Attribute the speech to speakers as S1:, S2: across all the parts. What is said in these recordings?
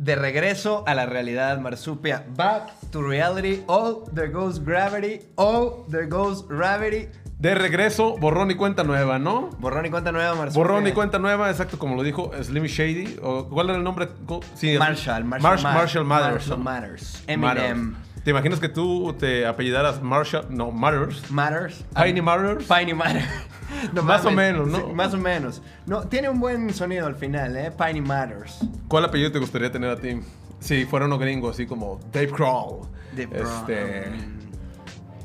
S1: De regreso a la realidad marsupia. Back to reality. Oh, there goes gravity. Oh, there goes gravity.
S2: De regreso, borrón y cuenta nueva, ¿no?
S1: Borrón y cuenta nueva, Marsupia.
S2: Borrón y cuenta nueva, exacto como lo dijo Slim Shady. o- ¿Cuál era el nombre? Co- Sí,
S1: Marshall, Marshall,
S2: Marsh-
S1: Ma-
S2: Marshall Mathers.
S1: Marshall Matters. Eminem.
S2: ¿Te imaginas que tú te apellidaras Marshall? No, Matters.
S1: Matters.
S2: Piney Matters.
S1: Piney Matters. No
S2: Más o
S1: mames.
S2: menos, ¿no?
S1: Sí, más o menos. No, tiene un buen sonido al final, ¿eh? Piney Matters.
S2: ¿Cuál apellido te gustaría tener a ti? Si fuera uno gringo, así como Dave Grohl.
S1: De
S2: Este. eh,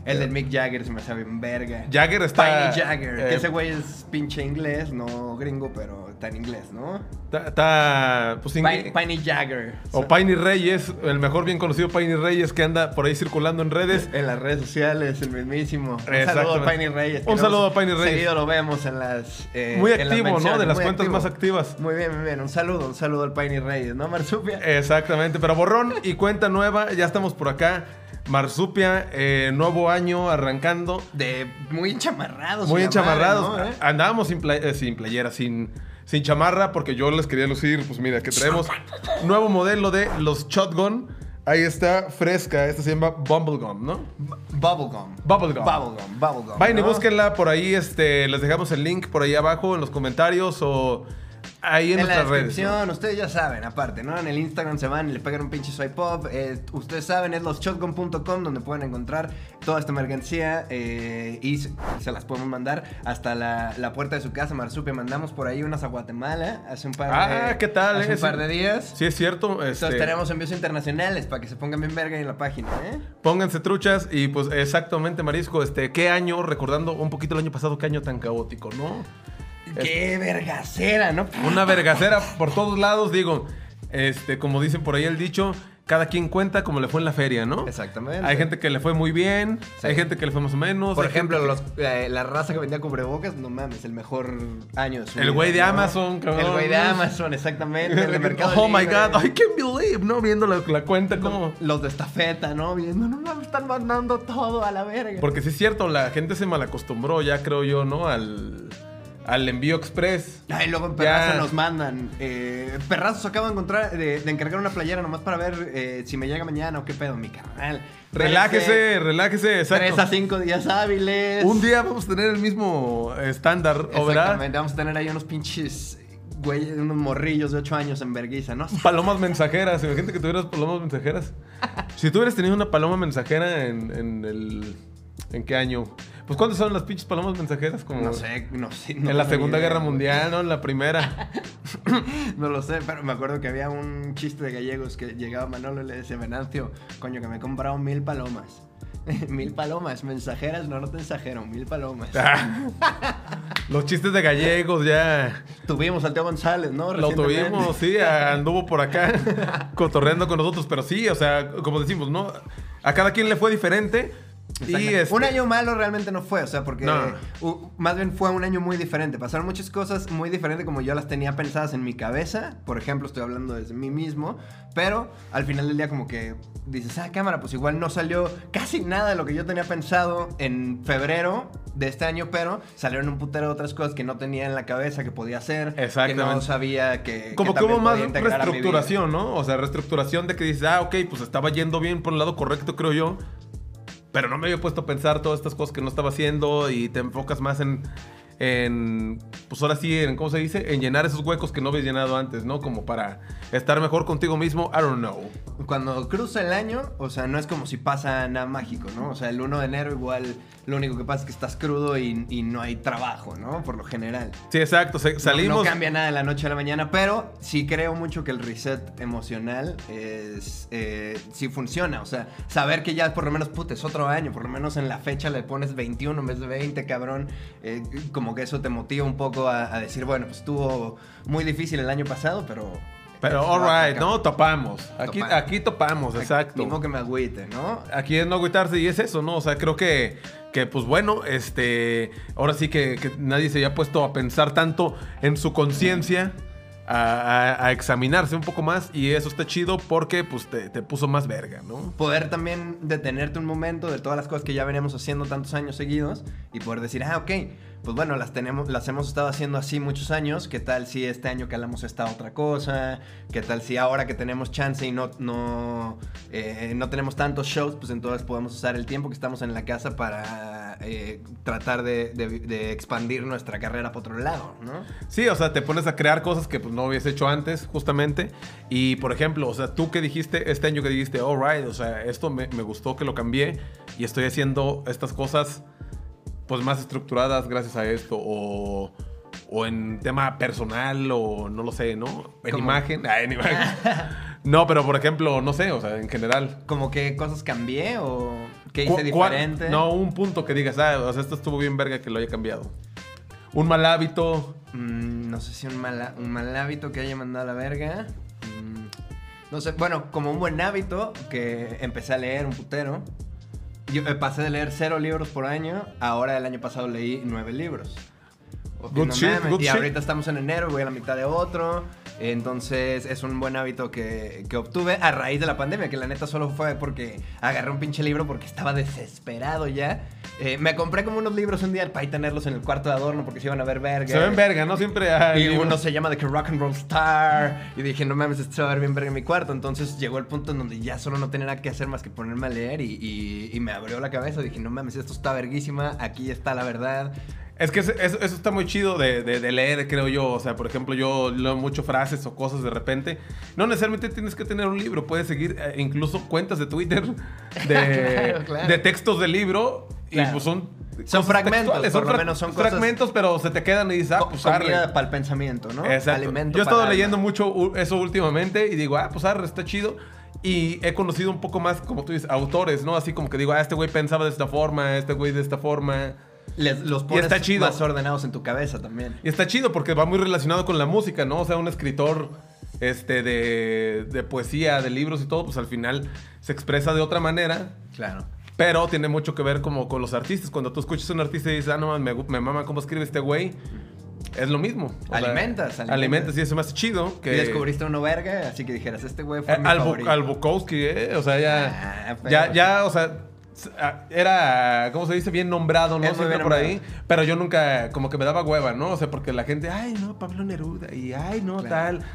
S1: El del Mick Jagger se me sabe en verga.
S2: Jagger está-
S1: Piney Jagger.
S2: eh,
S1: que ese güey es pinche inglés, no gringo, pero está en inglés, ¿no?
S2: ta- ta- pues,
S1: Pine-
S2: ingre-
S1: Piney Jagger.
S2: O Piney Reyes, el mejor bien conocido Piney Reyes que anda por ahí circulando en redes.
S1: En las redes sociales, el mismísimo. Un saludo a
S2: Exactamente.
S1: Piney Reyes. que
S2: Un
S1: lo
S2: saludo
S1: vemos-
S2: a Piney Reyes.
S1: Seguido lo vemos en las. eh,
S2: Muy
S1: en las
S2: activo, ¿no?
S1: menciones,
S2: De las
S1: muy
S2: cuentas
S1: activo.
S2: más activas.
S1: Muy bien, muy bien. Un saludo, un saludo al Piney Reyes, ¿no, Marsupia?
S2: Eh, Exactamente, pero borrón y cuenta nueva, ya estamos por acá. Marsupia, eh, nuevo año arrancando.
S1: De muy enchamarrados.
S2: Muy
S1: la
S2: enchamarrados.
S1: madre, ¿no? ¿Eh?
S2: Andábamos sin, pla- eh, sin playera, sin, sin chamarra, porque yo les quería lucir. Pues mira, que traemos nuevo modelo de los Shotgun. Ahí está, fresca. Esta se llama Bumblegum, ¿no?
S1: Bu- Bubblegum.
S2: Bubblegum.
S1: Bubblegum, bubblegum.
S2: Vayan y
S1: ¿no?
S2: búsquenla por ahí. Este, les dejamos el link por ahí abajo en los comentarios o ahí en,
S1: En la
S2: nuestras redes. ¿no?
S1: descripción, ustedes ya saben, aparte, ¿no? En el Instagram se van y le pegan un pinche swipe pop. ustedes saben, es loshotgun.com donde pueden encontrar toda esta mercancía eh, y se, se las podemos mandar hasta la, la puerta de su casa, Marsupia. Mandamos por ahí unas a Guatemala hace un par de
S2: Ah, ¿qué tal,
S1: Hace
S2: eh?
S1: un par de días.
S2: Sí, es cierto.
S1: Entonces
S2: este,
S1: tenemos envíos internacionales para que se pongan bien verga en la página, ¿eh?
S2: Pónganse truchas y pues exactamente, Marisco, este, qué año, recordando un poquito el año pasado, qué año tan caótico, ¿no?
S1: ¡Qué vergacera, no!
S2: Una vergacera por todos lados, digo, este, como dicen por ahí el dicho, cada quien cuenta como le fue en la feria, ¿no?
S1: Exactamente.
S2: Hay gente que le fue muy bien,
S1: Sí.
S2: hay gente que le fue más o menos.
S1: Por
S2: hay gente
S1: ejemplo, los-
S2: que-
S1: la, la raza que vendía cubrebocas, no mames, el mejor año de su
S2: El
S1: vida,
S2: güey de
S1: ¿no?
S2: Amazon, cabrón.
S1: El güey de Amazon, exactamente. el de Mercado
S2: oh my
S1: Libre.
S2: god, I can't believe, ¿no? Viendo la, la cuenta como...
S1: Los de estafeta, ¿no? Viendo, no mames, están mandando todo a la verga.
S2: Porque sí es cierto, la gente se malacostumbró ya, creo yo, ¿no? Al, al envío express.
S1: Ay, luego en
S2: Ya.
S1: Perrazo nos mandan. Eh, Perrazo se acaba de, encontrar, de, de encargar una playera nomás para ver eh, si me llega mañana o qué pedo, mi carnal.
S2: Relájese, relájese, exacto.
S1: 3 E. a 5 días hábiles.
S2: Un día vamos a tener el mismo estándar, ¿o ¿verdad?
S1: Exactamente, vamos a tener ahí unos pinches, güey, unos morrillos de 8 años en verguiza, ¿no?
S2: Palomas mensajeras, imagínate que tuvieras palomas mensajeras. Si tú hubieras tenido una paloma mensajera en, en el... ¿En qué año? Pues ¿cuántas son las pinches palomas mensajeras? Como
S1: No sé, no sé. no
S2: En la
S1: tengo
S2: Segunda
S1: idea,
S2: Guerra
S1: güey.
S2: Mundial, ¿no? En la Primera.
S1: No lo sé, pero me acuerdo que había un chiste de gallegos que llegaba Manolo y le decía, Venancio, coño, que me he comprado mil palomas. mil palomas, mensajeras, no, no te ensajero, mil palomas.
S2: Ah. Los chistes de gallegos ya
S1: Tuvimos a Teo González, ¿no?
S2: lo
S1: Recientemente.
S2: tuvimos, sí, a- anduvo por acá cotorreando con nosotros, pero sí, o sea, como decimos, ¿no? A cada quien le fue diferente y
S1: Exactamente.
S2: este,
S1: Un año malo realmente no fue, o sea, porque
S2: No.
S1: u- más bien fue un año muy diferente. Pasaron muchas cosas muy diferentes como yo las tenía pensadas en mi cabeza. Por ejemplo, estoy hablando desde mí mismo, pero al final del día como que dices, ah, cámara, pues igual no salió casi nada de lo que yo tenía pensado en febrero de este año, pero salieron un putero de otras cosas que no tenía en la cabeza que podía hacer, que no
S2: Exactamente.
S1: sabía que...
S2: como que
S1: también
S2: hubo más
S1: podía integrar a mi vida.
S2: reestructuración, ¿no? O sea, reestructuración de que dices, ah, ok, pues estaba yendo bien por el lado correcto, creo yo, pero no me había puesto a pensar todas estas cosas que no estaba haciendo y te enfocas más en, en pues ahora sí, en, ¿cómo se dice? En llenar esos huecos que no habías llenado antes, ¿no? Como para estar mejor contigo mismo, I don't know.
S1: Cuando cruza el año, o sea, no es como si pasa nada mágico, ¿no? O sea, el 1 de enero igual lo único que pasa es que estás crudo y, y no hay trabajo, ¿no? Por lo general.
S2: Sí, exacto. se- salimos.
S1: No, no cambia nada de la noche a la mañana, pero sí creo mucho que el reset emocional es, eh, sí funciona. O sea, saber que ya por lo menos, puta, es otro año, por lo menos en la fecha le pones 21 en vez de 20, cabrón. eh, como que eso te motiva un poco a, a decir, bueno, pues estuvo muy difícil el año pasado, pero...
S2: Pero alright, ¿no? Topamos. Aquí,
S1: Topamos.
S2: aquí topamos, exacto.
S1: Ni modo que me agüite, ¿no?
S2: Aquí es no agüitarse y es eso, ¿no? O sea, creo que, que pues bueno, este. Ahora sí que, que nadie se haya puesto a pensar tanto en su conciencia. A, a- a examinarse un poco más y eso está chido porque pues te, te puso más verga, ¿no?
S1: poder también detenerte un momento de todas las cosas que ya veníamos haciendo tantos años seguidos y poder decir, ah, ok, pues bueno, las, tenemos, las hemos estado haciendo así muchos años. ¿Qué tal si este año calamos esta otra cosa? ¿Qué tal si ahora que tenemos chance y no, no, eh, no tenemos tantos shows, pues entonces podemos usar el tiempo que estamos en la casa para eh, tratar de, de- de expandir nuestra carrera por otro lado, ¿no?
S2: Sí, o sea, te pones a crear cosas que pues, no habías hecho antes, justamente. Y, por ejemplo, o sea, tú que dijiste este año que dijiste, all right, o sea, esto me, me gustó que lo cambié y estoy haciendo estas cosas pues más estructuradas gracias a esto. O, o en tema personal o no lo sé, ¿no? En
S1: ¿Cómo?
S2: imagen. Ah, en imagen. no, pero, por ejemplo, no sé, o sea, en general.
S1: Como que cosas cambié o que
S2: ¿Cu-
S1: hice
S2: cuál-
S1: diferente.
S2: No, un punto que digas, ah, o sea, esto estuvo bien verga que lo haya cambiado. Un mal hábito.
S1: Mm, no sé si un mal, un mal hábito que haya mandado a la verga. Mm, no sé, bueno, como un buen hábito que empecé a leer un putero. Yo eh, pasé de leer cero libros por año, ahora el año pasado leí nueve libros. O-
S2: Good shit,
S1: mames,
S2: good
S1: y
S2: shit.
S1: ahorita estamos en enero, voy a la mitad de otro. Entonces es un buen hábito que, que obtuve a raíz de la pandemia, que la neta solo fue porque agarré un pinche libro porque estaba desesperado ya. Eh, me compré como unos libros un día para ahí tenerlos en el cuarto de adorno porque se iban a ver verga.
S2: Se ven verga, ¿no? Siempre hay.
S1: Y
S2: libros.
S1: uno se llama de que Rock and Roll Star. Y dije, no mames, esto se va a ver bien verga en mi cuarto. Entonces llegó el punto en donde ya solo no tenía nada que hacer más que ponerme a leer. Y, y- y me abrió la cabeza. Dije, no mames, esto está verguísima. Aquí está la verdad.
S2: Es que es- es- eso, está muy chido de, de- de leer, creo yo. O sea, por ejemplo, yo leo mucho frases o cosas de repente. No necesariamente tienes que tener un libro. Puedes seguir eh, incluso cuentas de Twitter de,
S1: Claro, claro.
S2: de textos del libro.
S1: Claro.
S2: Y pues son...
S1: Son
S2: cosas
S1: fragmentos,
S2: textuales,
S1: por lo
S2: fra-
S1: menos son cosas-
S2: fragmentos, pero se te quedan y dices, ah, pues arre.
S1: para el pensamiento, ¿no?
S2: Exacto.
S1: Alimento
S2: Yo he estado
S1: pa'l alma.
S2: leyendo mucho u- eso últimamente y digo, ah, pues arre, está chido. Y he conocido un poco más, como tú dices, autores, ¿no? Así como que digo, ah, este güey pensaba de esta forma, este güey de esta forma.
S1: Les- los pones
S2: está chido.
S1: más ordenados en tu cabeza también.
S2: Y está chido porque va muy relacionado con la música, ¿no? O sea, un escritor este, de, de poesía, de libros y todo, pues al final se expresa de otra manera,
S1: Claro.
S2: pero tiene mucho que ver como con los artistas. Cuando tú escuchas a un artista y dices, ah, no, mames, me, gu- me mama cómo escribe este güey, es lo mismo. O sea,
S1: Alimentas, alimentas.
S2: alimentas. y eso más chido que...
S1: Y descubriste uno verga, así que dijeras, este güey fue
S2: Eh,
S1: mi
S2: al, Bu-
S1: favorito.
S2: al Bukowski, ¿eh? O sea, ya...
S1: Ah, pero-
S2: ya, ya, o sea... s- ah, Era, ¿cómo se dice? Bien nombrado, ¿no?
S1: Es muy
S2: Siempre
S1: bien
S2: por ahí.
S1: nombrado.
S2: Pero yo nunca, como que me daba hueva, ¿no? O sea, porque la gente, ay, no, Pablo Neruda, y ay, no,
S1: Claro.
S2: tal.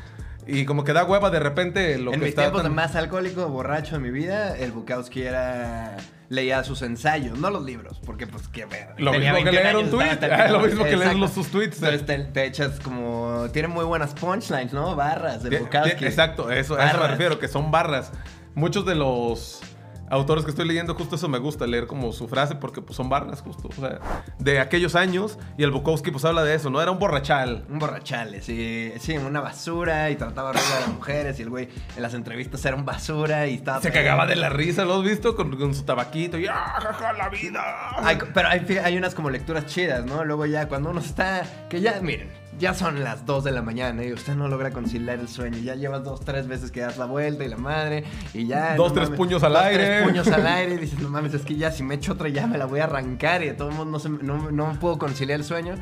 S2: Y como que da hueva de repente lo
S1: en
S2: que
S1: mis
S2: está
S1: tiempos
S2: tan-
S1: de más alcohólico, borracho de mi vida, el Bukowski era leía sus ensayos, no los libros, porque pues que ver,
S2: Lo
S1: tenía
S2: mismo que
S1: 21
S2: leer un
S1: años, estaba
S2: tweet,
S1: hasta el
S2: ah,
S1: final.
S2: lo mismo que leer
S1: Exacto.
S2: los- sus tweets, eh.
S1: Entonces te, te echas como tiene muy buenas punchlines, ¿no? Barras de
S2: Tie-
S1: Bukowski.
S2: tie- Exacto, eso, a eso me
S1: Barras.
S2: refiero, que son barras. Muchos de los autores que estoy leyendo, justo eso me gusta, leer como su frase, porque pues, son barras, justo. O sea, de aquellos años, y el Bukowski pues habla de eso, ¿no? Era un borrachal.
S1: Un borrachale, sí, sí, una basura y trataba arriba a las mujeres y el güey en las entrevistas era un basura y estaba
S2: Se cagaba de la risa, ¿lo has visto? Con, con su tabaquito y ¡ah, jaja, la vida!
S1: Hay- pero hay, fi- hay unas como lecturas chidas, ¿no? Luego ya cuando uno está, que ya, miren, ya son las 2 de la mañana y usted no logra conciliar el sueño. Ya llevas dos, tres veces que das la vuelta y la madre y ya...
S2: Dos,
S1: no
S2: tres puños al
S1: dos,
S2: aire.
S1: tres puños al aire y dices, no mames, es que ya si me echo otra ya me la voy a arrancar y de todo modo no, se- no, no puedo conciliar el sueño.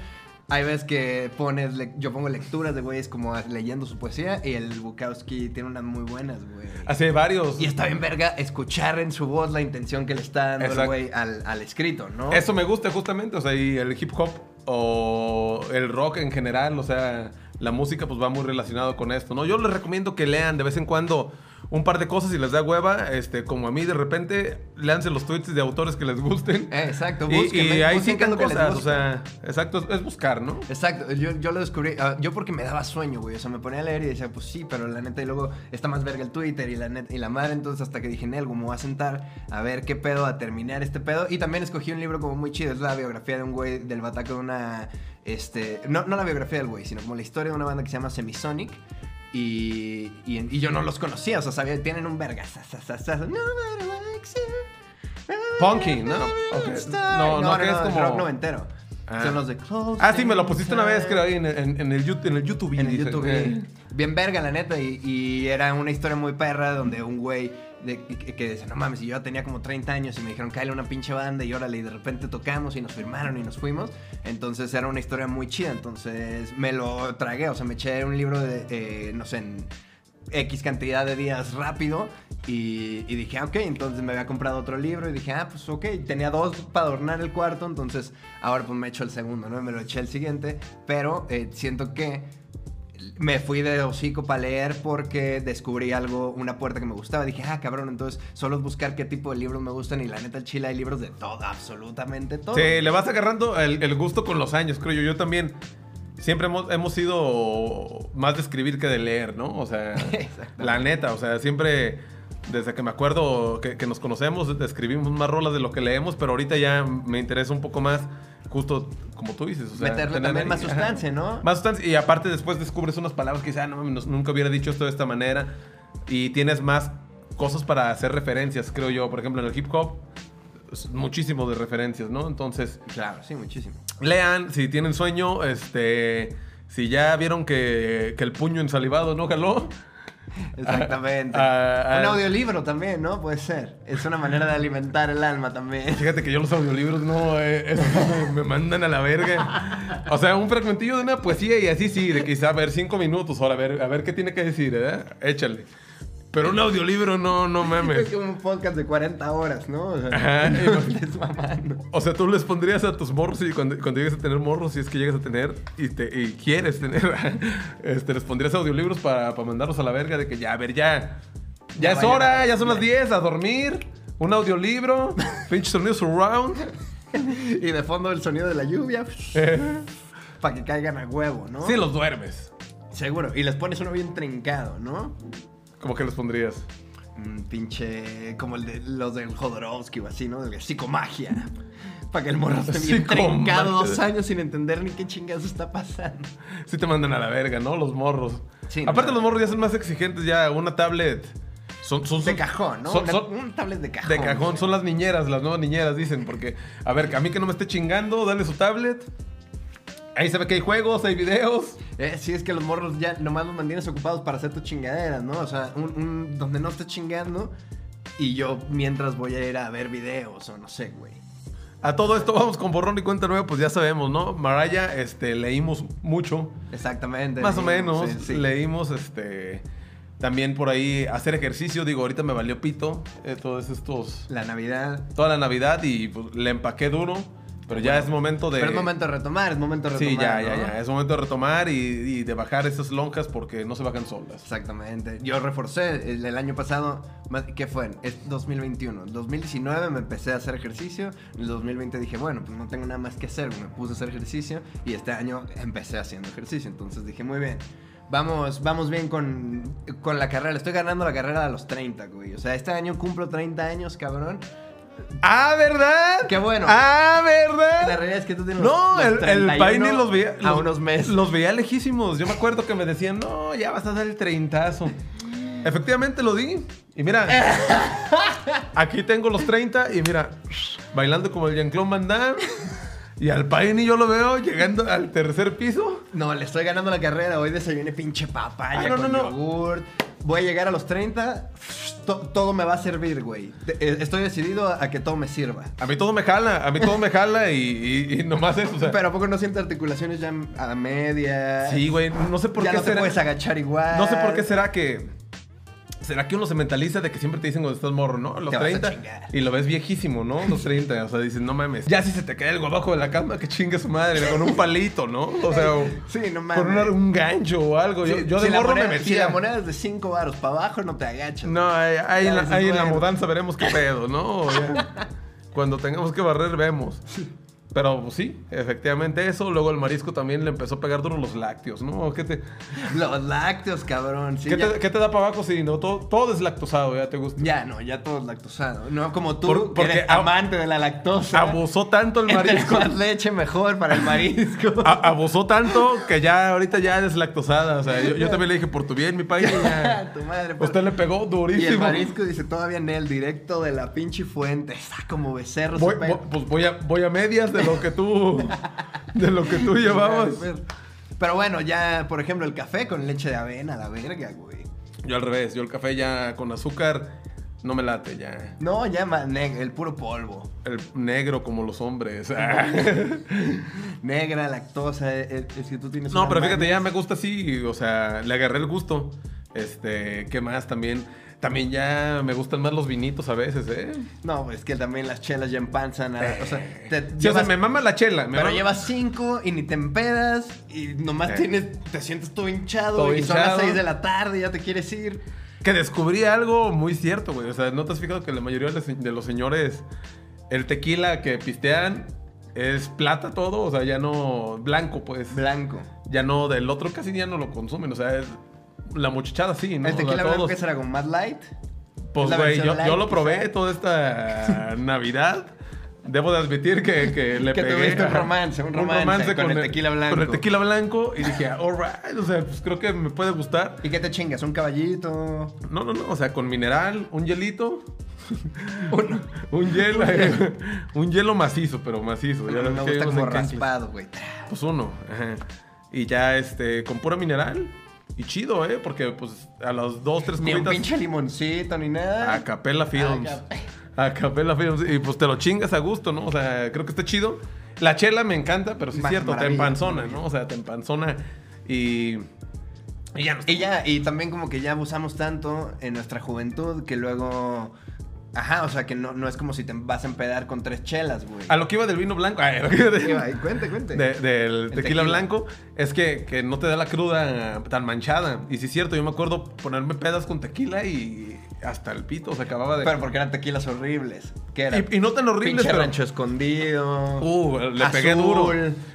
S1: Hay veces que pones, le- yo pongo lecturas de güeyes como leyendo su poesía y el Bukowski tiene unas muy buenas, güey.
S2: Hace varios.
S1: Y está bien verga escuchar en su voz la intención que le está dando el
S2: Exacto.
S1: güey al, al escrito, ¿no?
S2: Eso me gusta justamente, o sea, y el hip hop o el rock en general, o sea, la música pues va muy relacionado con esto, ¿no? Yo les recomiendo que lean de vez en cuando un par de cosas y les da hueva, este, como a mí de repente, leanse los tweets de autores que les gusten.
S1: Eh, Exacto,
S2: Y-
S1: búsquenme,
S2: y, ahí
S1: busquen
S2: citan
S1: lo que les
S2: cosas, o
S1: gusta.
S2: sea, exacto, es, es buscar, ¿no?
S1: Exacto, yo, yo lo descubrí, ah, yo porque me daba sueño, güey, o sea, me ponía a leer y decía, pues sí, pero la neta, y luego está más verga el Twitter y la neta, y la madre, entonces hasta que dije, Nel, me voy a sentar a ver qué pedo, a terminar este pedo, y también escogí un libro como muy chido, es la biografía de un güey del bataco de una, este, no, no la biografía del güey, sino como la historia de una banda que se llama Semisonic, y, y, y yo no los conocía, o sea, sabía, tienen un verga, sa, sa, sa, sa, no matter what you-
S2: Punky, ¿no? Ok.
S1: No, no, no,
S2: que es
S1: es
S2: como-
S1: rock noventero.
S2: Ah.
S1: Son los de Close.
S2: Ah, sí, me lo pusiste una vez, creo, ahí en, en- en el, YouTube, en el YouTube.
S1: En el
S2: dice,
S1: YouTube.
S2: eh.
S1: Bien verga, la neta. Y, y era una historia muy perra donde un güey de- que, que decía, no mames, y yo ya tenía como 30 años y me dijeron, cállale una pinche banda y órale, y de repente tocamos y nos firmaron y nos fuimos. Entonces era una historia muy chida. Entonces me lo tragué, o sea, me eché un libro de, eh, no sé, en X cantidad de días rápido y, y dije, ah, ok, entonces me había comprado otro libro y dije, ah, pues ok, tenía dos para adornar el cuarto, entonces ahora pues me echo el segundo, ¿no? Me lo eché el siguiente, pero eh, siento que me fui de hocico para leer porque descubrí algo, una puerta que me gustaba. Dije, ah, cabrón, entonces solo es buscar qué tipo de libros me gustan y la neta, el chile hay libros de todo, absolutamente todo.
S2: Sí, le vas agarrando el, el gusto con los años, creo yo. Yo también. Siempre hemos, hemos sido más de escribir que de leer, ¿no? O sea,
S1: Exactamente.
S2: la neta, o sea, siempre, desde que me acuerdo que, que nos conocemos, escribimos más rolas de lo que leemos, pero ahorita ya me interesa un poco más, justo como tú dices. O sea,
S1: Meterle
S2: tener
S1: también
S2: ahí-
S1: más
S2: ajá.
S1: sustancia, ¿no?
S2: Más sustancia. Y aparte después descubres unas palabras que dices, ah, no, mames, no- nunca hubiera dicho esto de esta manera. Y tienes más cosas para hacer referencias, creo yo. Por ejemplo, en el hip hop, es muchísimo de referencias, ¿no? Entonces,
S1: Claro, sí, muchísimo.
S2: lean, si tienen sueño, este... Si ya vieron que, que el puño ensalivado no jaló,
S1: Exactamente.
S2: Ah, ah,
S1: Un
S2: ah.
S1: audiolibro también, ¿no? Puede ser. Es una manera de alimentar el alma también.
S2: fíjate que yo los audiolibros no, eh, esos sí me, me mandan a la verga. O sea, un fragmentillo de una poesía y así sí, de quizá a ver cinco minutos, ahora a ver, a ver qué tiene que decir, ¿eh? Échale. Pero un audiolibro no, no mames.
S1: Es como un podcast de 40 horas, ¿no? O sea,
S2: pues. Ajá.
S1: no estés mamando.
S2: O sea, tú les pondrías a tus morros y cuando, cuando llegues a tener morros, si es que llegas a tener y, te, y quieres tener, este, les pondrías audiolibros para, para mandarlos a la verga de que ya, a ver, ya.
S1: Ya
S2: Ya es
S1: vayan
S2: hora,
S1: a-
S2: ya son las 10, a dormir. Un audiolibro, pinche sonido surround.
S1: Y de fondo el sonido de la lluvia. Para que caigan a huevo, ¿no?
S2: Eh. Sí, los duermes.
S1: Seguro. Y les pones uno bien trincado, ¿no?
S2: Como que les pondrías.
S1: Mm, pinche. Como el de los del Jodorowsky o así, ¿no? De psicomagia. Para que el morro esté bien
S2: Psicomagia.
S1: trincado dos años sin entender ni qué chingados está pasando.
S2: Sí te mandan a la verga, ¿no? Los morros.
S1: Sí,
S2: Aparte,
S1: no.
S2: los morros ya son más exigentes, ya una tablet. Son, son,
S1: De
S2: son-
S1: cajón, ¿no?
S2: son-
S1: Una-
S2: son-
S1: un tablet de cajón.
S2: De cajón, son las niñeras, las nuevas niñeras, dicen, porque, a ver, a mí que no me esté chingando, dale su tablet. Ahí se ve que hay juegos, hay videos.
S1: Eh, sí, es que los morros ya nomás los mantienes ocupados para hacer tus chingaderas, ¿no? O sea, un, un- donde no estés chingando y yo mientras voy a ir a ver videos o no sé, güey.
S2: A todo esto vamos con borrón y cuenta nueva, pues ya sabemos, ¿no? Maraya, este, leímos mucho.
S1: Exactamente.
S2: Más o
S1: sí,
S2: menos,
S1: sí, sí.
S2: leímos, este, también por ahí hacer ejercicio. Digo, ahorita me valió pito, eh, todos estos,
S1: La Navidad.
S2: toda la Navidad y pues, le empaqué duro. Pero ya es momento de...
S1: Pero es momento de retomar, es momento de
S2: Sí, ya,
S1: retomar.
S2: ya,
S1: ¿no?
S2: ya. Es momento de retomar y, y de bajar esas lonjas porque no se bajan solas.
S1: Exactamente. Yo reforcé el, el año pasado, más- ¿qué fue? Es 2021. 2019 me empecé a hacer ejercicio. En el 2020 dije, bueno, pues no tengo nada más que hacer. Me puse a hacer ejercicio y este año empecé haciendo ejercicio. Entonces dije, muy bien. Vamos, vamos bien con, con la carrera. Estoy ganando la carrera a los 30, güey. O sea, este año cumplo 30 años, cabrón.
S2: ¡Ah, verdad!
S1: Qué bueno.
S2: ¡Ah,
S1: La
S2: verdad!
S1: realidad es que tú tienes los-
S2: No,
S1: los
S2: el, el
S1: 31
S2: paine los veía.
S1: a
S2: los-
S1: unos meses.
S2: Los veía lejísimos. Yo me acuerdo que me decían, no, ya vas a dar el treintazo. Efectivamente lo di. Y mira, aquí tengo los 30 y mira, bailando como el Jean-Claude Van Damme. Y al paine yo lo veo llegando al tercer piso.
S1: No, le estoy ganando la carrera. Hoy desayuné pinche papaya
S2: Ah, no,
S1: con
S2: no, no.
S1: yogurt. Voy a llegar a los 30. To- todo me va a servir, güey. Te- eh, Estoy decidido a que todo me sirva.
S2: A mí todo me jala, a mí todo me jala y, y- y nomás eso. o sea,
S1: Pero ¿a poco no siento articulaciones ya a media?
S2: Sí, güey, no sé por
S1: ya
S2: qué
S1: no te
S2: será.
S1: puedes agachar igual.
S2: No sé por qué será que será que uno se mentaliza de que siempre te dicen cuando estás morro, ¿no? Los
S1: Te vas a
S2: 30
S1: chingar.
S2: y lo ves viejísimo, ¿no? Los 30, o sea, dices, "No mames, ya si se te cae algo abajo de la cama, que chingue su madre con un palito, ¿no?" O sea,
S1: Sí, no mames.
S2: con una- un gancho o algo. yo
S1: Sí,
S2: yo de
S1: si la
S2: morro
S1: moneda-
S2: me
S1: Si
S2: metía.
S1: la moneda es de 5 baros para abajo, no te agachas.
S2: no, ahí, ahí en la-
S1: dices,
S2: ahí en la
S1: bueno.
S2: mudanza veremos qué pedo, ¿no? Ya. Cuando tengamos que barrer vemos. Pero pues, sí, efectivamente eso. Luego el marisco también le empezó a pegar duro los lácteos, ¿no? ¿Qué te,
S1: Los lácteos, cabrón. Sí,
S2: ¿Qué,
S1: ya,
S2: te, qué te da para abajo si no? Todo, todo deslactosado, ya te gusta.
S1: ya no, ya todo es lactosado. No como tú,
S2: Por- porque
S1: que eres
S2: ab-
S1: amante de la lactosa.
S2: Abusó tanto el
S1: Entre
S2: marisco.
S1: más leche mejor para el marisco.
S2: a- abusó tanto que ya ahorita ya deslactosada. O sea, yo, yo también le dije, por tu bien, mi país. ya".
S1: tu madre. pues.
S2: Usted le pegó
S1: y el
S2: durísimo.
S1: marisco dice todavía en el directo de la pinche fuente. Está como becerro.
S2: Voy-
S1: su
S2: voy-
S1: pelo.
S2: pues voy a, voy a medias de lo que tú. De lo que tú llevabas.
S1: Pero bueno, ya, por ejemplo, el café con leche de avena, la verga, güey.
S2: Yo al revés, yo el café ya con azúcar no me late ya.
S1: No, ya ma- neg- el puro polvo.
S2: El negro como los hombres.
S1: Negra, lactosa, eh, es, es que tú tienes
S2: No,
S1: una
S2: pero fíjate,
S1: maña.
S2: ya me gusta así, o sea, le agarré el gusto. Este, ¿qué más? También, también ya me gustan más los vinitos a veces, ¿eh?
S1: No, es que también las chelas ya empanzan. a- o sea, te
S2: Sí, o sea,
S1: llevas-
S2: me mama la chela. Me
S1: pero
S2: mama-
S1: llevas cinco y ni te empedas y nomás
S2: Eh.
S1: tienes, te sientes todo hinchado
S2: Todo
S1: y son las
S2: hinchado.
S1: seis de la tarde y ya te quieres ir.
S2: Que descubrí algo muy cierto, güey. O sea, ¿no te has fijado que la mayoría de los- de los señores, el tequila que pistean es plata todo? O sea, ya no blanco, pues.
S1: Blanco.
S2: Ya no, del otro casi ya no lo consumen. O sea, es- la muchachada sí, ¿no?
S1: El
S2: O sea,
S1: tequila blanco
S2: todos.
S1: que será con Mad Light.
S2: Pues,
S1: Es la
S2: güey,
S1: versión
S2: yo,
S1: light,
S2: yo lo probé
S1: quizá.
S2: toda esta Navidad. Debo de admitir que, que le
S1: Que
S2: pegué.
S1: tuviste un
S2: ajá,
S1: romance, un romance con el tequila blanco.
S2: Con el tequila blanco y dije, alright, o sea, pues creo que me puede gustar.
S1: ¿Y qué te chingas? ¿Un caballito?
S2: No, no, no, o sea, con mineral, un hielito. un, hielo, eh, un hielo macizo, pero macizo. ya ves
S1: me
S2: Pues
S1: gusta
S2: que vimos
S1: como
S2: en Cancún.
S1: raspado, güey.
S2: Pues uno. ajá. Y ya, este, con puro mineral. Y chido, ¿eh? Porque, pues, a las dos, tres
S1: Ni un
S2: cubitas-
S1: pinche limoncito ni nada.
S2: a Capella Films. A Capella Films. Y pues te lo chingas a gusto, ¿no? O sea, creo que está chido. La chela me encanta, pero sí es
S1: Ma-
S2: cierto, te
S1: maravilla,
S2: empanzona,
S1: maravilla.
S2: ¿no? O sea, te empanzona y. Y ya no está.
S1: Y ya, y también como que ya abusamos tanto en nuestra juventud que luego. Ajá, o sea que no, no es como si te vas a empedar con tres chelas, güey.
S2: A lo que iba del vino blanco. ay, a lo que iba de-
S1: Iba, y Cuente, cuente.
S2: de- del tequila,
S1: tequila.
S2: blanco es que, que no te da la cruda tan manchada. Y sí es cierto, yo me acuerdo ponerme pedas con tequila y hasta el pito, se acababa de...
S1: Pero porque eran tequilas horribles. Que era
S2: y, y no tan horrible,
S1: pinche
S2: pero...
S1: rancho escondido.
S2: Uh, le pegué
S1: azul.
S2: duro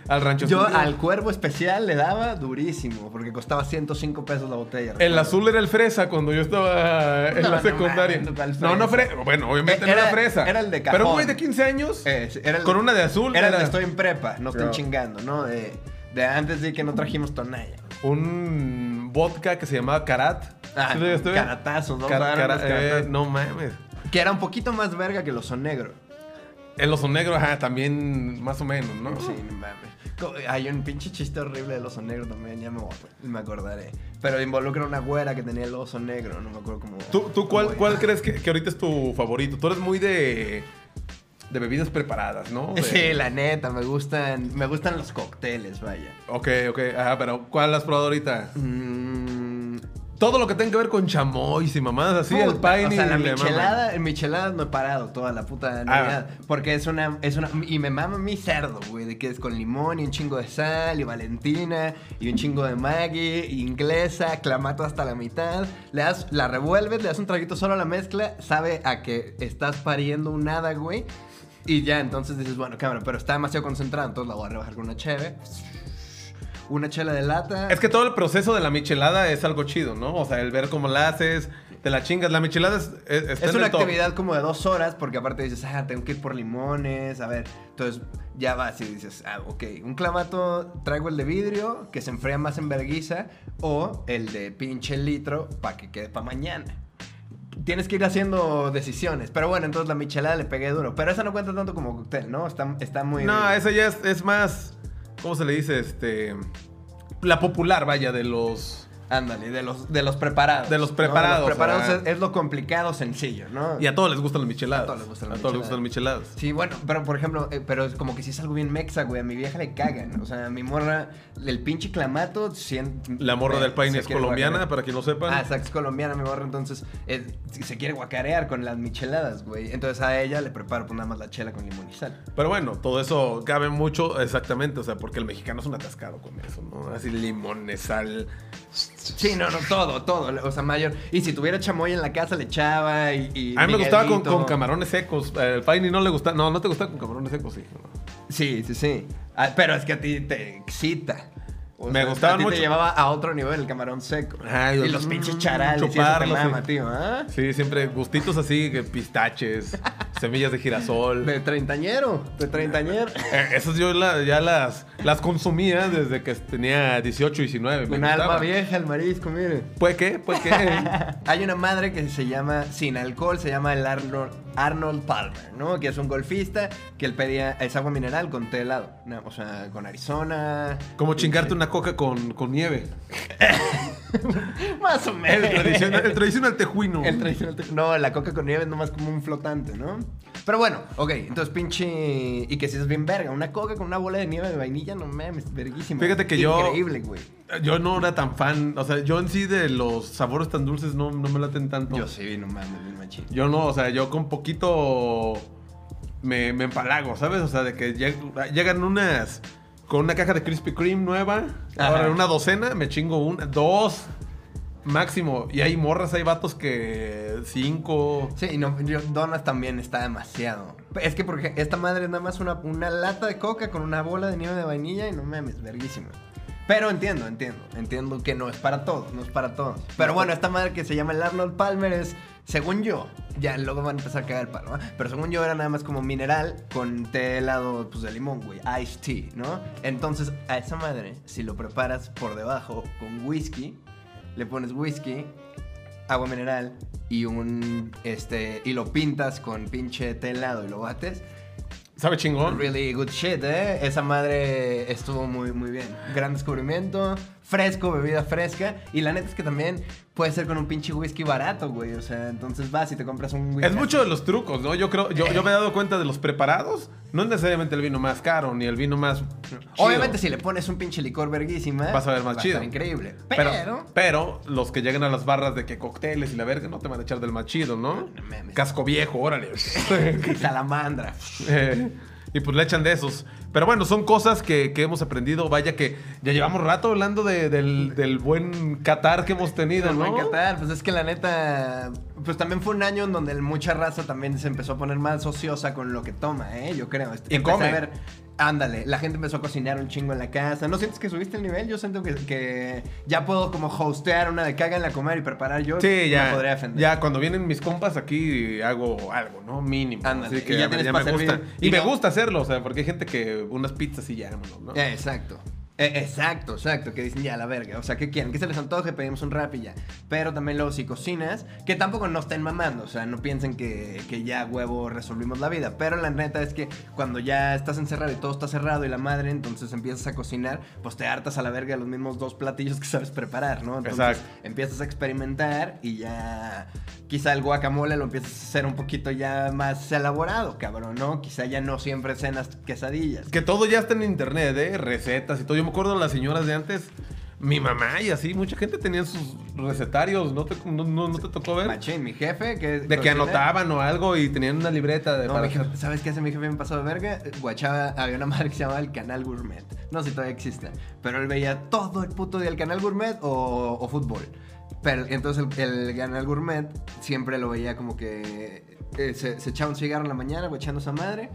S2: al rancho.
S1: Yo
S2: Escondido.
S1: al cuervo especial le daba durísimo, porque costaba 105 pesos la botella.
S2: El
S1: recuerdo.
S2: azul era el fresa cuando yo estaba en
S1: No,
S2: la
S1: no
S2: secundaria.
S1: mames, ¿cuál
S2: No, no,
S1: fresa? Eh,
S2: fresa. Bueno, obviamente no
S1: Era-
S2: era fresa.
S1: era el de
S2: Pero
S1: cajón.
S2: un güey de 15 años,
S1: Eh, era el-
S2: con una de azul,
S1: Era, el
S2: era-
S1: de estoy en prepa, no estén
S2: Bro.
S1: chingando, ¿no? De, de antes de que no trajimos tonalla.
S2: un vodka que se llamaba Karat.
S1: Ah,
S2: ¿Sí lo llegaste a ver?
S1: caratazos, ¿no?
S2: Cara-
S1: Daban
S2: cara-
S1: unos caratazos.
S2: eh, no mames.
S1: Que era un poquito más verga que el oso negro.
S2: El oso negro, ajá, también más o menos, ¿no?
S1: Sí, no mames. Co- Hay un pinche chiste horrible del oso negro también, ya me, voy a- me acordaré. Pero involucra una güera que tenía el oso negro, no me acuerdo cómo.
S2: ¿Tú, tú cuál,
S1: cómo
S2: cuál
S1: era.
S2: crees que, que ahorita es tu favorito? Tú eres muy de, de bebidas preparadas, ¿no? De-
S1: Sí, la neta, me gustan, me gustan los cócteles, vaya.
S2: Ok, ok, ajá, pero ¿cuál has probado ahorita?
S1: Mm,
S2: Todo lo que tenga que ver con chamoy y mamadas así, el
S1: puta,
S2: pine
S1: o sea, la
S2: y le Ah. maman.
S1: michelada, en michelada no he parado toda la puta Navidad. Porque es una, es una, y me mama mi cerdo, güey, de que es con limón y un chingo de sal y valentina y un chingo de Maggie, inglesa, clamato hasta la mitad. Le das, la revuelves, le das un traguito solo a la mezcla, sabe a que estás pariendo un hada, güey. Y ya, entonces dices, bueno, cámara, pero está demasiado concentrado, entonces la voy a rebajar con una cheve. Una chela de lata.
S2: Es que todo el proceso de la michelada es algo chido, ¿no? O sea, el ver cómo la haces, te la chingas. La michelada es, es- está
S1: Es
S2: en
S1: una
S2: el top.
S1: actividad como de dos horas, porque aparte dices, ah, tengo que ir por limones, a ver. Entonces ya vas y dices, ah, ok, un clamato traigo el de vidrio, que se enfría más en verguiza, o el de pinche litro, para que quede para mañana. Tienes que ir haciendo decisiones. Pero bueno, entonces la michelada le pegué duro. Pero esa no cuenta tanto como cóctel, ¿no? Está, está muy...
S2: No, esa ya es, es más. ¿Cómo se le dice? Este. La popular, vaya, de los.
S1: Ándale, de los, de los preparados.
S2: De los
S1: ¿no?
S2: preparados,
S1: Los preparados
S2: ajá.
S1: es, es lo complicado sencillo, ¿no?
S2: Y a todos les gustan las micheladas.
S1: A todos les gustan las
S2: A todos les gustan las micheladas.
S1: Sí, bueno, pero por ejemplo, eh, pero es como que si es algo bien mexa, güey. A mi vieja le cagan. O sea, a mi morra, el pinche clamato. sien-
S2: La morra
S1: eh,
S2: del paine
S1: se
S2: es
S1: quiere
S2: colombiana,
S1: guacarear.
S2: para quien lo sepa.
S1: Ah, exacto, es colombiana mi morra. Entonces, eh, si se quiere guacarear con las micheladas, güey. Entonces a ella le preparo pues, nada más la chela con limón y sal.
S2: Pero bueno, todo eso cabe mucho, exactamente. O sea, porque el mexicano es un atascado con eso, ¿no? Así limones, sal.
S1: Sí, no, no, todo, todo. O sea, mayor. Y si tuviera chamoy en la casa, le echaba y. y
S2: A mí me gustaba con,
S1: miguelito.
S2: con camarones secos. eh, El paine no le gustaba. No, no te gustaba con camarones secos, sí. No.
S1: Sí, sí, sí. Ah, pero es que a ti te excita. O
S2: Me
S1: sea,
S2: gustaban
S1: a ti
S2: mucho.
S1: te llevaba a otro nivel el camarón seco.
S2: Ay,
S1: y
S2: yo-
S1: los pinches
S2: mm,
S1: charales. y eso te
S2: chuparlos,
S1: mama,
S2: sí.
S1: tío. ¿ah?
S2: Sí, siempre gustitos así, que pistaches, semillas de girasol.
S1: De treintañero. De treintañero.
S2: Eh, esas yo la- ya las, las consumía desde que tenía 18, 19. me
S1: Una alma
S2: gustaba.
S1: vieja, el marisco, mire.
S2: ¿Puede qué? ¿Puede qué?
S1: Hay una madre que se llama, sin alcohol, se llama el Arnold, Arnold Palmer, ¿no? Que es un golfista que él pedía es agua mineral con té helado. No, o sea, con Arizona.
S2: Como chingarte una coca con, con nieve.
S1: Más o
S2: El
S1: menos.
S2: tradicional, el tradicional tejuino.
S1: El tradicional te- No, la coca con nieve es nomás como un flotante, ¿no? Pero bueno, ok, entonces pinche. Y que si es bien verga, una coca con una bola de nieve de vainilla, no mames, verguísima.
S2: Fíjate que yo-
S1: Increíble, güey.
S2: Yo no era tan fan. O sea, yo en sí de los sabores tan dulces no, no me laten tanto.
S1: Yo sí, no mames, bien machín.
S2: Yo no, o sea, yo con poquito me, me empalago, ¿sabes? O sea, de que lleg- llegan unas con una caja de Krispy Kreme nueva,
S1: Ajá.
S2: ahora una docena, me chingo una, dos máximo. Y hay morras, hay vatos que cinco.
S1: Sí, y no, yo- donas también está demasiado. Es que porque esta madre es nada más una, una lata de coca con una bola de nieve de vainilla y no mames, verguísima. Pero entiendo, entiendo, entiendo que no es para todos, no es para todos. Pero bueno, esta madre que se llama el Arnold Palmer es, según yo, ya luego van a empezar a cagar el palo, ¿ah? pero según yo era nada más como mineral con té helado pues, de limón, güey, iced tea, ¿no? Entonces, a esa madre, si lo preparas por debajo con whisky, le pones whisky, agua mineral y un este y lo pintas con pinche té helado y lo bates.
S2: ¿Sabe chingón?
S1: Really good shit, eh. Esa madre estuvo muy muy bien. Gran descubrimiento, fresco, bebida fresca y la neta es que también puede ser con un pinche whisky barato, güey, o sea, entonces vas y te compras un whisky.
S2: Es mucho de los trucos, ¿no? Yo creo, yo, yo me he dado cuenta de los preparados. No es necesariamente el vino más caro, ni el vino más. chido.
S1: Obviamente si le pones un pinche licor verguísima
S2: Vas a ver más
S1: va
S2: chido.
S1: estar increíble.
S2: Pero,
S1: Pero,
S2: pero los que llegan a las barras de que cócteles y la verga no te van a echar del más chido, ¿no?
S1: No mames.
S2: Casco viejo, órale.
S1: salamandra.
S2: Eh, y pues le echan de esos. Pero bueno, son cosas que, que hemos aprendido. Vaya que ya llevamos rato hablando de- del, del buen Qatar que hemos tenido,
S1: Nos va a
S2: ¿no?
S1: encantar, pues es que la neta, pues también fue un año en donde mucha raza también se empezó a poner más ociosa con lo que toma, ¿eh? Yo creo. Este-
S2: Y
S1: empecé
S2: come.
S1: A ver, ándale, la gente empezó a cocinar un chingo en la casa. ¿No sientes que subiste el nivel? Yo siento que, que ya puedo como hostear una de cagan la comer y preparar yo.
S2: Sí, ya.
S1: Me podría defender.
S2: Ya, cuando vienen mis compas aquí hago algo, ¿no? Mínimo.
S1: Ándale,
S2: Así que
S1: y ya
S2: ya, me-
S1: tienes
S2: ya
S1: pa'
S2: me gusta.
S1: servir.
S2: Y,
S1: Y
S2: me
S1: no-
S2: gusta hacerlo, o sea, porque hay gente que unas pizzas y ya, vámonos, ¿no?
S1: Eh, exacto. Eh, exacto, exacto. Que dicen ya la verga. O sea, ¿qué quieren? Que se les antoje, pedimos un rap y ya. Pero también luego si cocinas, que tampoco no estén mamando. O sea, no piensen que, que ya huevo resolvimos la vida. Pero la neta es que cuando ya estás encerrado y todo está cerrado y la madre, entonces empiezas a cocinar, pues te hartas a la verga de los mismos dos platillos que sabes preparar, ¿no? Entonces
S2: Exacto.
S1: empiezas a experimentar y ya quizá el guacamole lo empiezas a hacer un poquito ya más elaborado, cabrón, ¿no? Quizá ya no siempre cenas quesadillas.
S2: Que todo ya está en internet, ¿eh? Recetas y todo. Yo me acuerdo de las señoras de antes, mi mamá y así, mucha gente tenía sus recetarios, ¿no te, no, no- no te tocó ver?
S1: Machín, mi jefe, que.
S2: De que anotaban o algo y tenían una libreta de...
S1: No,
S2: para
S1: mi jefe-
S2: hacer-
S1: ¿Sabes qué hace mi jefe me pasó de verga? Guachaba, había una madre que se llamaba el Canal Gourmet. No sé si todavía existe. Pero él veía todo el puto día el Canal Gourmet o, o fútbol. Pero entonces el, el Canal Gourmet siempre lo veía como que eh, se, se echaba un cigarro en la mañana guachando esa madre,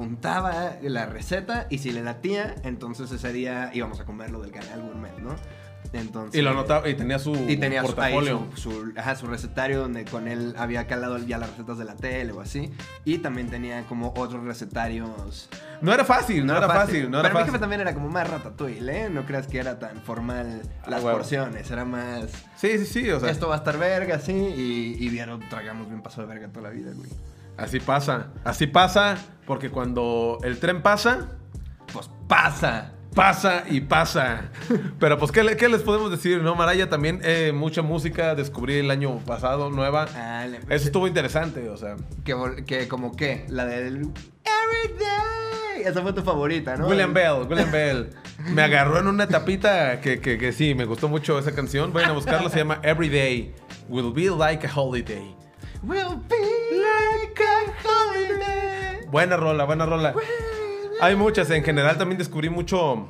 S1: apuntaba la receta y si le latía, entonces ese día íbamos a comer lo del Canal Gourmet, ¿no? Entonces,
S2: Y lo anotaba y tenía su
S1: Y tenía su, ahí
S2: portafolio.
S1: su, su- ajá, su recetario donde con él había calado ya las recetas de la tele o así. Y también tenía como otros recetarios.
S2: No era fácil, no, era fácil, no era
S1: Pero mi
S2: fácil.
S1: jefe también era como más ratatouille, ¿eh? No creas que era tan formal
S2: Ah,
S1: las
S2: huevo.
S1: porciones. Era más.
S2: Sí, sí, sí, o sea,
S1: esto va a estar verga, sí. Y, y diario tragamos bien paso de verga toda la vida, güey.
S2: así pasa. Así pasa porque cuando el tren pasa,
S1: Pues pasa.
S2: pasa y pasa. Pero pues, ¿qué, le- qué les podemos decir, no? Maraya también, eh, mucha música descubrí el año pasado, nueva.
S1: Ah, le-
S2: Eso estuvo interesante, o sea.
S1: Que, vol- que como qué? La del. Every day. Esa fue tu favorita, ¿no? eh.
S2: William Bell, William Bell. Me agarró en una tapita que, que, que sí, me gustó mucho esa canción. Vayan a buscarla, se llama Every Day Will Be Like a Holiday.
S1: Will be like a holiday.
S2: Buena rola, buena rola. Hay muchas, en general también descubrí mucho,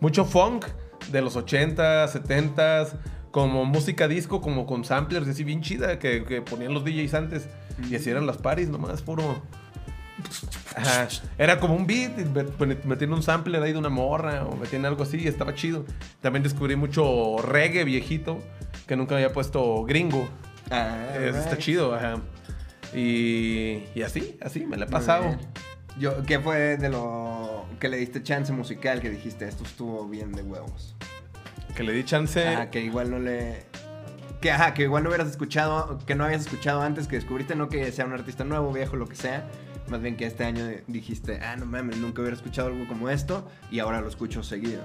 S2: mucho funk de los 80s, 70s, como música disco, como con samplers, y así bien chida, que, que ponían los DJs antes. Y así eran las paris, nomás puro... Ajá. Era como un beat, y met- metían un sampler ahí de una morra o metían algo así y estaba chido. También descubrí mucho reggae viejito, que nunca me había puesto gringo.
S1: Ah,
S2: Eso está
S1: right.
S2: chido, ajá. Y, y así, así me la he
S1: Muy
S2: pasado.
S1: bien. Yo, ¿Qué fue de lo que le diste chance musical que dijiste esto estuvo bien de huevos?
S2: Que le di chance.
S1: Ajá, que igual no le. Que, ajá, que igual no hubieras escuchado, que no habías escuchado antes, que descubriste no que sea un artista nuevo, viejo, lo que sea. Más bien que este año dijiste, ah, no mames, nunca hubiera escuchado algo como esto y ahora lo escucho seguido.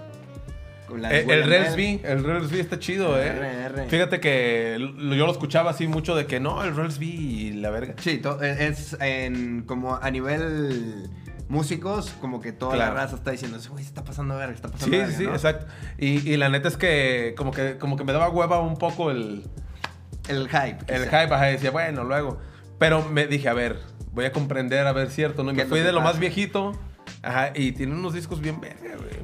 S1: las
S2: Eh, El
S1: huele mal.
S2: Relsby, el Relsby está chido, eh.
S1: Arre, arre.
S2: Fíjate que lo- yo lo escuchaba así mucho de que no, el Relsby y la verga.
S1: Sí, to- eh, es en, como a nivel músicos, como que toda
S2: Claro.
S1: la raza está diciendo, güey, está pasando verga, está
S2: Sí,
S1: pasando
S2: sí,
S1: verga,
S2: sí,
S1: ¿no?
S2: exacto. Y, y la neta es que como que como que me daba hueva un poco el,
S1: El hype.
S2: el
S1: quizá.
S2: hype, ajá, decía, bueno, luego. Pero me dije, a ver, voy a comprender, a ver, cierto, ¿no? Y
S1: ¿Qué
S2: me
S1: es
S2: fui
S1: lo que
S2: de lo más
S1: pasa?
S2: viejito, ajá, y tiene unos discos bien verga, güey.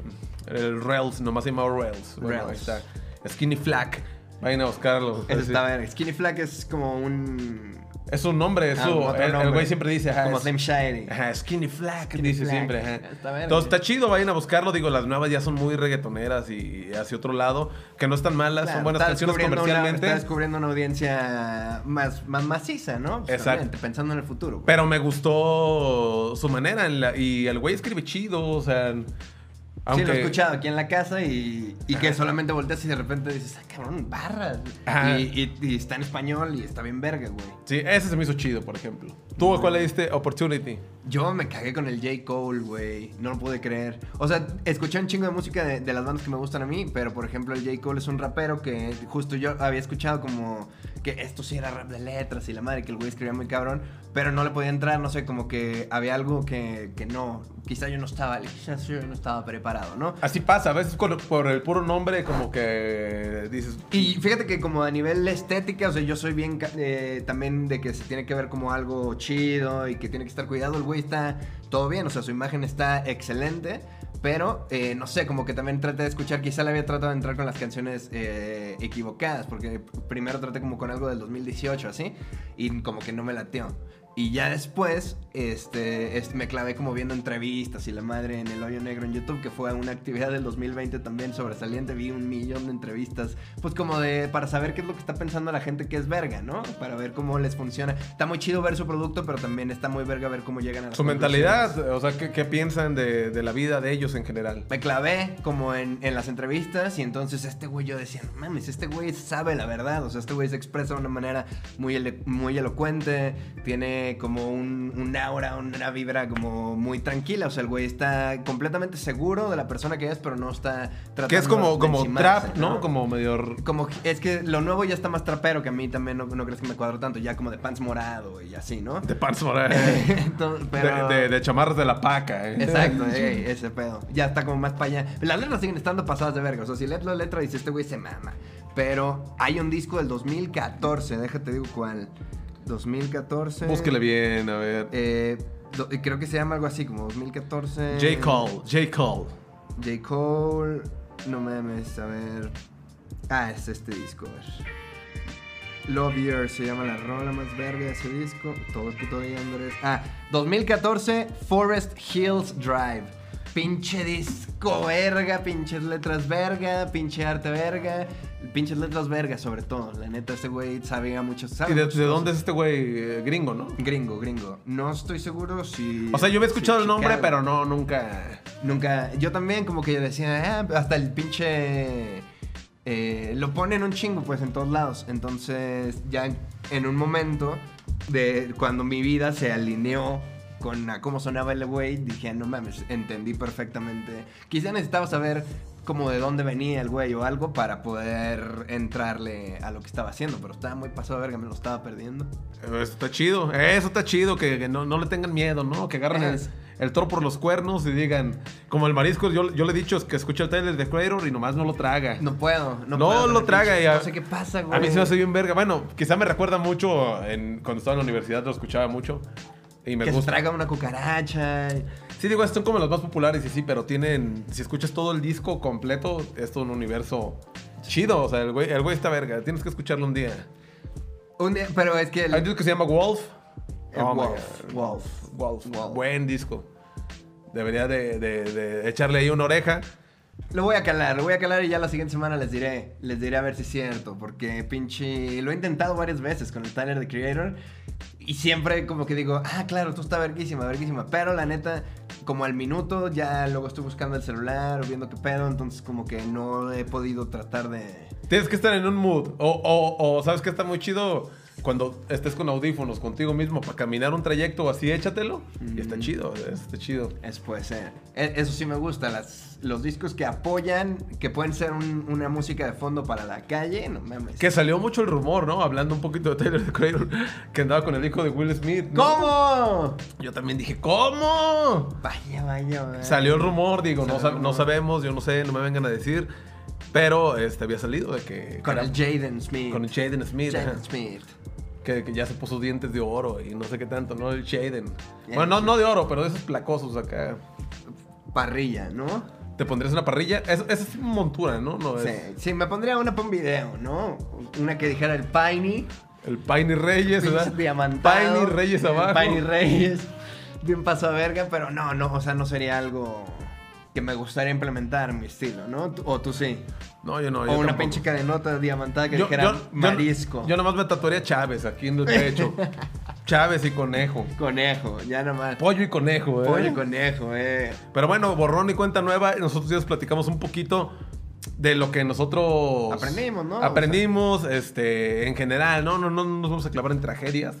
S2: El Rails, nomás se llamaba Rails. Bueno, ahí
S1: Rails.
S2: está. Skinny Flack. Vayan a buscarlo.
S1: Eso
S2: pues, Sí.
S1: está verga. Skinny Flack es como un...
S2: Es un nombre, es
S1: Ah,
S2: su-
S1: otro
S2: el- El
S1: nombre.
S2: güey siempre dice, ajá,
S1: como
S2: es-
S1: Slim Shady.
S2: Ajá, Skinny Flack,
S1: Skinny
S2: dice
S1: Flack.
S2: siempre. Ajá.
S1: Está verga.
S2: Entonces está chido, vayan a buscarlo. Digo, las nuevas ya son muy reggaetoneras y hacia otro lado, que no están malas,
S1: Claro,
S2: son buenas
S1: está
S2: canciones
S1: descubriendo una-
S2: comercialmente.
S1: está descubriendo una audiencia más, más maciza, ¿no? Pues
S2: Exacto.
S1: también, pensando en el futuro. pues. güey.
S2: Pero me gustó su manera en la- y el güey escribe chido, o sea, aunque
S1: Sí, lo he escuchado aquí en la casa y, y que solamente volteas y de repente dices, ah, cabrón, barras.
S2: Ajá.
S1: Y, y- y está en español y está bien verga, güey.
S2: Sí, ese se me hizo chido, por ejemplo. ¿Tú a cuál le diste Opportunity?
S1: Yo me cagué con el J. Cole, güey. No lo pude creer. O sea, escuché un chingo de música de, de las bandas que me gustan a mí, pero por ejemplo, el J. Cole es un rapero que justo yo había escuchado como que esto sí era rap de letras y la madre, que el güey escribía muy cabrón, pero no le podía entrar, no sé, como que había algo que, que no. Quizá yo no estaba, quizás yo no estaba preparado, ¿no?
S2: Así pasa, a veces con- por el puro nombre como que dices...
S1: Y fíjate que como a nivel estética, o sea, yo soy bien ca- eh, también de que se tiene que ver como algo chido y que tiene que estar cuidado. El güey está todo bien, o sea, su imagen está excelente, pero eh, no sé, como que también traté de escuchar, quizá le había tratado de entrar con las canciones eh, equivocadas, porque primero traté como con algo del 2018, así, y como que no me lateó. Y ya después, este, es- me clavé como viendo entrevistas y la madre en el hoyo negro en YouTube, que fue una actividad del 2020 también sobresaliente. Vi un millón de entrevistas, pues como de, para saber qué es lo que está pensando la gente que es verga, ¿no? Para ver cómo les funciona. Está muy chido ver su producto, pero también está muy verga ver cómo llegan a las
S2: Su
S1: conclusiones.
S2: mentalidad, o sea, ¿qué, qué piensan de, de la vida de ellos en general?
S1: Me clavé como en, en las entrevistas y entonces este güey yo decía, no mames, este güey sabe la verdad, o sea, este güey se expresa de una manera muy, ele- muy elocuente, tiene como un, un aura, una vibra como muy tranquila, o sea, el güey está completamente seguro de la persona que es, pero no está tratando
S2: Que es como,
S1: de
S2: como
S1: encimarse,
S2: trap, ¿no? Como medio... r-
S1: como que- es que lo nuevo ya está más trapero que a mí también no, no crees que me cuadro tanto, ya como de pants morado y así, ¿no?
S2: De pants morales.
S1: Entonces, pero-
S2: De, de- de chamarras de la paca. ¿eh?
S1: Exacto, ey, ese pedo. Ya está como más para allá. Las letras siguen estando pasadas de verga. O sea, si lees la letra, dices, este güey se mama. Pero hay un disco del 2014, déjate digo cuál. 2014.
S2: Búsquele bien, a ver.
S1: Eh, do- y creo que se llama algo así, como 2014.
S2: J. Cole, J. Cole.
S1: J. Cole. No mames, a ver. Ah, es este disco, a ver. Love Year se llama la rola más verga de ese disco. Todo el puto día, Andrés. Ah, 2014, Forest Hills Drive. Pinche disco verga, pinches letras verga, pinche arte verga, pinches letras verga sobre todo. La neta, ese güey sabía mucho. sabe
S2: ¿Y de,
S1: muchas
S2: de
S1: cosas.
S2: dónde es este güey eh, gringo, no?
S1: Gringo, gringo. No estoy seguro si.
S2: O sea, yo había
S1: si
S2: escuchado el nombre,
S1: Chicago.
S2: pero no, nunca. eh,
S1: Nunca. Yo también, como que decía, "Ah, hasta el pinche. eh, lo ponen un chingo, pues, en todos lados. Entonces, ya en, en un momento de cuando mi vida se alineó con a cómo sonaba el güey, dije, no mames, entendí perfectamente. Quizá necesitaba saber como de dónde venía el güey o algo para poder entrarle a lo que estaba haciendo, pero estaba muy pasado de verga, me lo estaba perdiendo.
S2: Eso está chido. Eso está chido, que, que no, no le tengan miedo, ¿no? Que agarren el,
S1: Es-
S2: el toro por los cuernos y digan. Como el marisco, yo, yo le he dicho es que escucha el trailer de Creator y nomás no lo traga.
S1: No puedo, no,
S2: No
S1: puedo.
S2: lo
S1: con el
S2: traga
S1: pinche-
S2: ya.
S1: No sé qué pasa, güey.
S2: A mí se me hace bien verga. Bueno, quizá me recuerda mucho en- cuando estaba en la universidad, lo escuchaba mucho. Y me
S1: que se
S2: gusta.
S1: traga una cucaracha.
S2: Sí, digo, estos son como los más populares y sí, pero tienen. Si escuchas todo el disco completo, es todo un universo chido. O sea, el güey, el güey está verga. Tienes que escucharlo un día.
S1: Un día- pero es que el-
S2: Hay un disco que se llama Wolf.
S1: El
S2: Oh my
S1: Wolf,
S2: God.
S1: Wolf,
S2: Wolf.
S1: Wolf.
S2: Buen disco. Debería de, de- de echarle ahí una oreja.
S1: lo voy a calar, lo voy a calar y ya la siguiente semana les diré, les diré a ver si es cierto, porque pinche lo he intentado varias veces con el Tyler the Creator y siempre como que digo, ah, claro, tú está verguísima, verguísima, pero la neta como al minuto ya luego estoy buscando el celular o viendo qué pedo, entonces como que no he podido tratar de
S2: Tienes que estar en un mood. O, o- o, sabes que está muy chido cuando estés con audífonos contigo mismo para caminar un trayecto o así, échatelo. Y está
S1: Mm.
S2: chido, está chido.
S1: Es, pues, eh, e- eso sí me gusta, las, los discos que apoyan, que pueden ser un- una música de fondo para la calle, no mames.
S2: Que salió mucho el rumor, ¿no? Hablando un poquito de Taylor de Cradle, que andaba con el hijo de Will Smith. ¿no?
S1: ¿Cómo?
S2: Yo también dije, ¿cómo?
S1: Vaya, vaya, vaya.
S2: Salió el rumor, digo, no,
S1: Salió
S2: sab-
S1: el
S2: no
S1: rumor.
S2: sabemos, yo no sé, no me vengan a decir. Pero este había salido de que.
S1: Con
S2: que
S1: el
S2: era-
S1: Jaden Smith.
S2: con el Jaden Smith.
S1: Jaden
S2: ajá.
S1: Smith.
S2: Que, que ya se puso dientes de oro y no sé qué tanto, ¿no? El Shaden.
S1: Ya,
S2: Bueno, no,
S1: sí.
S2: no de oro, pero de esos placosos acá.
S1: Parrilla, ¿no?
S2: Te pondrías una parrilla. Es- Esa es montura, ¿no? no es
S1: Sí, sí, me pondría una para un video, ¿no? Una que dijera el Piney.
S2: El Piney Reyes, ¿verdad?
S1: pinche diamantado.
S2: Piney Reyes
S1: el
S2: abajo.
S1: Piney Reyes. De un paso a verga, pero no, no, o sea, no sería algo que me gustaría implementar en mi estilo, ¿no? Tú- O tú sí.
S2: No, yo no.
S1: o
S2: yo
S1: una
S2: tampoco.
S1: pinche cadenota diamantada que dijera marisco.
S2: Yo, nomás me tatuaría Chávez aquí en el pecho. Chávez y conejo.
S1: Conejo, ya nomás.
S2: Pollo y conejo, ¿eh?
S1: Pollo y conejo, eh.
S2: Pero bueno, borrón y cuenta nueva. Nosotros ya os platicamos un poquito de lo que nosotros
S1: Aprendimos, ¿no?
S2: Aprendimos, este, en general, ¿no? No, no, no nos vamos a clavar en tragedias.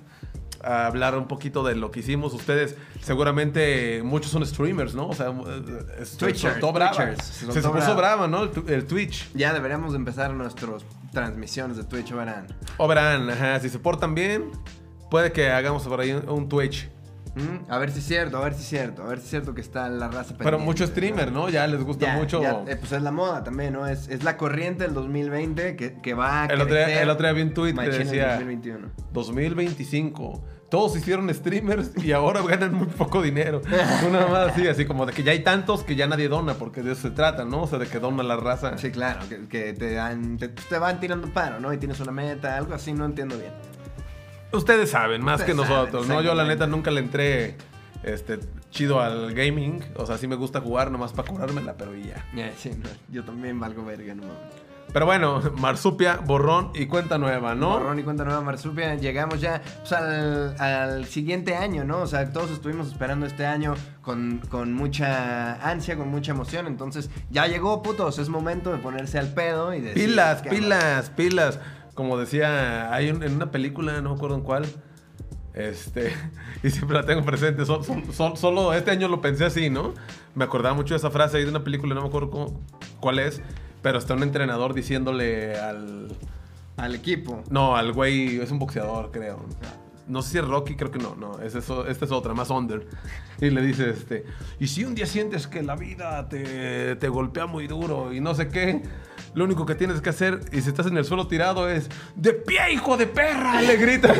S2: A hablar un poquito de lo que hicimos. Ustedes, seguramente, muchos son streamers, ¿no? O sea, eh, se
S1: Twitchers,
S2: soltó brava.
S1: Twitchers, se
S2: Se,
S1: soltó
S2: puso
S1: brava.
S2: brava, ¿no? El, tu- el Twitch.
S1: Ya deberíamos empezar nuestras transmisiones de Twitch, verán.
S2: O verán, ajá, si se portan bien, puede que hagamos por ahí un, un Twitch.
S1: ¿Mm? A ver si es cierto, a ver si es cierto, a ver si es cierto que está la raza
S2: Pero mucho
S1: pendiente,
S2: streamer, ¿no? Ya les gusta
S1: Ya,
S2: mucho.
S1: ya, eh, pues es la moda también, ¿no? Es, es la corriente del 2020 que, que va a
S2: El otro día-
S1: crecer
S2: el otro día vi un tuit que
S1: machín en el
S2: decía-
S1: 2021.
S2: 2025. Todos se hicieron streamers y ahora ganan muy poco dinero. Una más así, así como de que ya hay tantos que ya nadie dona, porque de eso se trata, ¿no? O sea, de que dona la raza.
S1: Sí, claro, que, que te, dan, te, pues, te van tirando paro, ¿no? Y tienes una meta, algo así, no entiendo bien.
S2: Ustedes saben, más que
S1: Ustedes
S2: nosotros,
S1: saben,
S2: ¿no? Yo la
S1: exactamente.
S2: neta nunca le entré este, chido al gaming. O sea, sí me gusta jugar nomás para curármela, pero y ya.
S1: Eh, sí, no, yo también valgo verga, no mames.
S2: Pero bueno, Marsupia, borrón y cuenta nueva, ¿no?
S1: Borrón y cuenta nueva Marsupia. Llegamos ya pues, al, al siguiente año, ¿no? O sea, todos estuvimos esperando este año con, con mucha ansia, con mucha emoción. Entonces, ya llegó, putos. Es momento de ponerse al pedo y de.
S2: Pilas, pilas, pilas. Como decía, hay un- en una película, no me acuerdo en cuál. Este, y siempre la tengo presente. so- so- so- solo este año lo pensé así, ¿no? Me acordaba mucho de esa frase ahí de una película, no me acuerdo cómo- cuál es. Pero está un entrenador diciéndole al.
S1: Al equipo.
S2: No, al güey, es un boxeador, creo. No sé si es Rocky, creo que no, no, es eso, esta es otra, más under. Y le dice, este, y si un día sientes que la vida te, te golpea muy duro y no sé qué, lo único que tienes que hacer, y si estás en el suelo tirado, es, de pie, hijo de perra, le grita.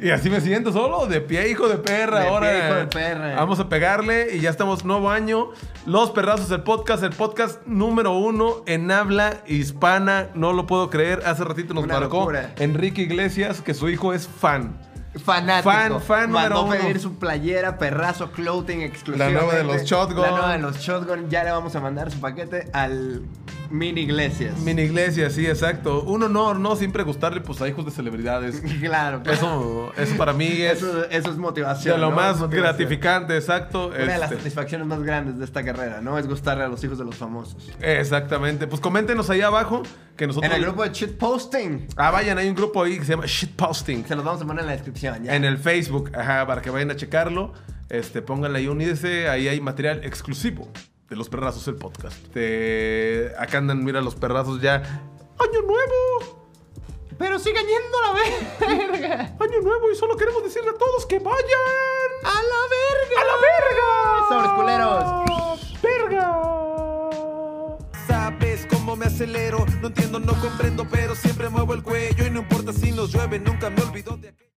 S2: y así me siento solo, de pie, hijo de perra,
S1: De pie,
S2: ahora.
S1: hijo de perra.
S2: Vamos a pegarle y ya estamos nuevo año. Los Perrazos, el podcast, el podcast número uno en habla hispana, no lo puedo creer, hace ratito nos
S1: Una
S2: marcó
S1: locura.
S2: Enrique Iglesias, que su hijo es fan.
S1: Fanático.
S2: Fan, fan
S1: Mandó
S2: número uno.
S1: pedir su playera, perrazo, clothing exclusivo.
S2: La nueva de los Shotgun.
S1: La nueva de los Shotgun. Ya le vamos a mandar su paquete al Mini Iglesias.
S2: Mini Iglesias, sí, exacto. Un honor, ¿no? Siempre gustarle pues a hijos de celebridades.
S1: Claro, pues,
S2: Eso, eso para mí es
S1: eso, eso es motivación.
S2: de lo
S1: ¿no?
S2: más
S1: Es motivación.
S2: gratificante, exacto.
S1: Una de las
S2: Este,
S1: satisfacciones más grandes de esta carrera, ¿no? Es gustarle a los hijos de los famosos.
S2: Exactamente. Pues coméntenos ahí abajo que nosotros...
S1: En el grupo de shitposting.
S2: Ah, vayan, hay un grupo ahí que se llama Shitposting.
S1: Se los vamos a poner en la descripción, ya.
S2: En el Facebook, ajá, para que vayan a checarlo. Este, pónganle ahí un índice, ahí hay material exclusivo de los perrazos el podcast. Este, acá andan, mira los perrazos ya. ¡Año nuevo!
S1: Pero sigan yendo a la verga.
S2: ¡Año nuevo! Y solo queremos decirle a todos que vayan
S1: ¡A la
S2: a
S1: verga! ¡Sobres
S2: la verga.
S1: culeros!
S2: ¡Verga!
S3: Sabes cómo me acelero, no entiendo, no comprendo, pero siempre muevo el cuello y no importa si nos llueve, nunca me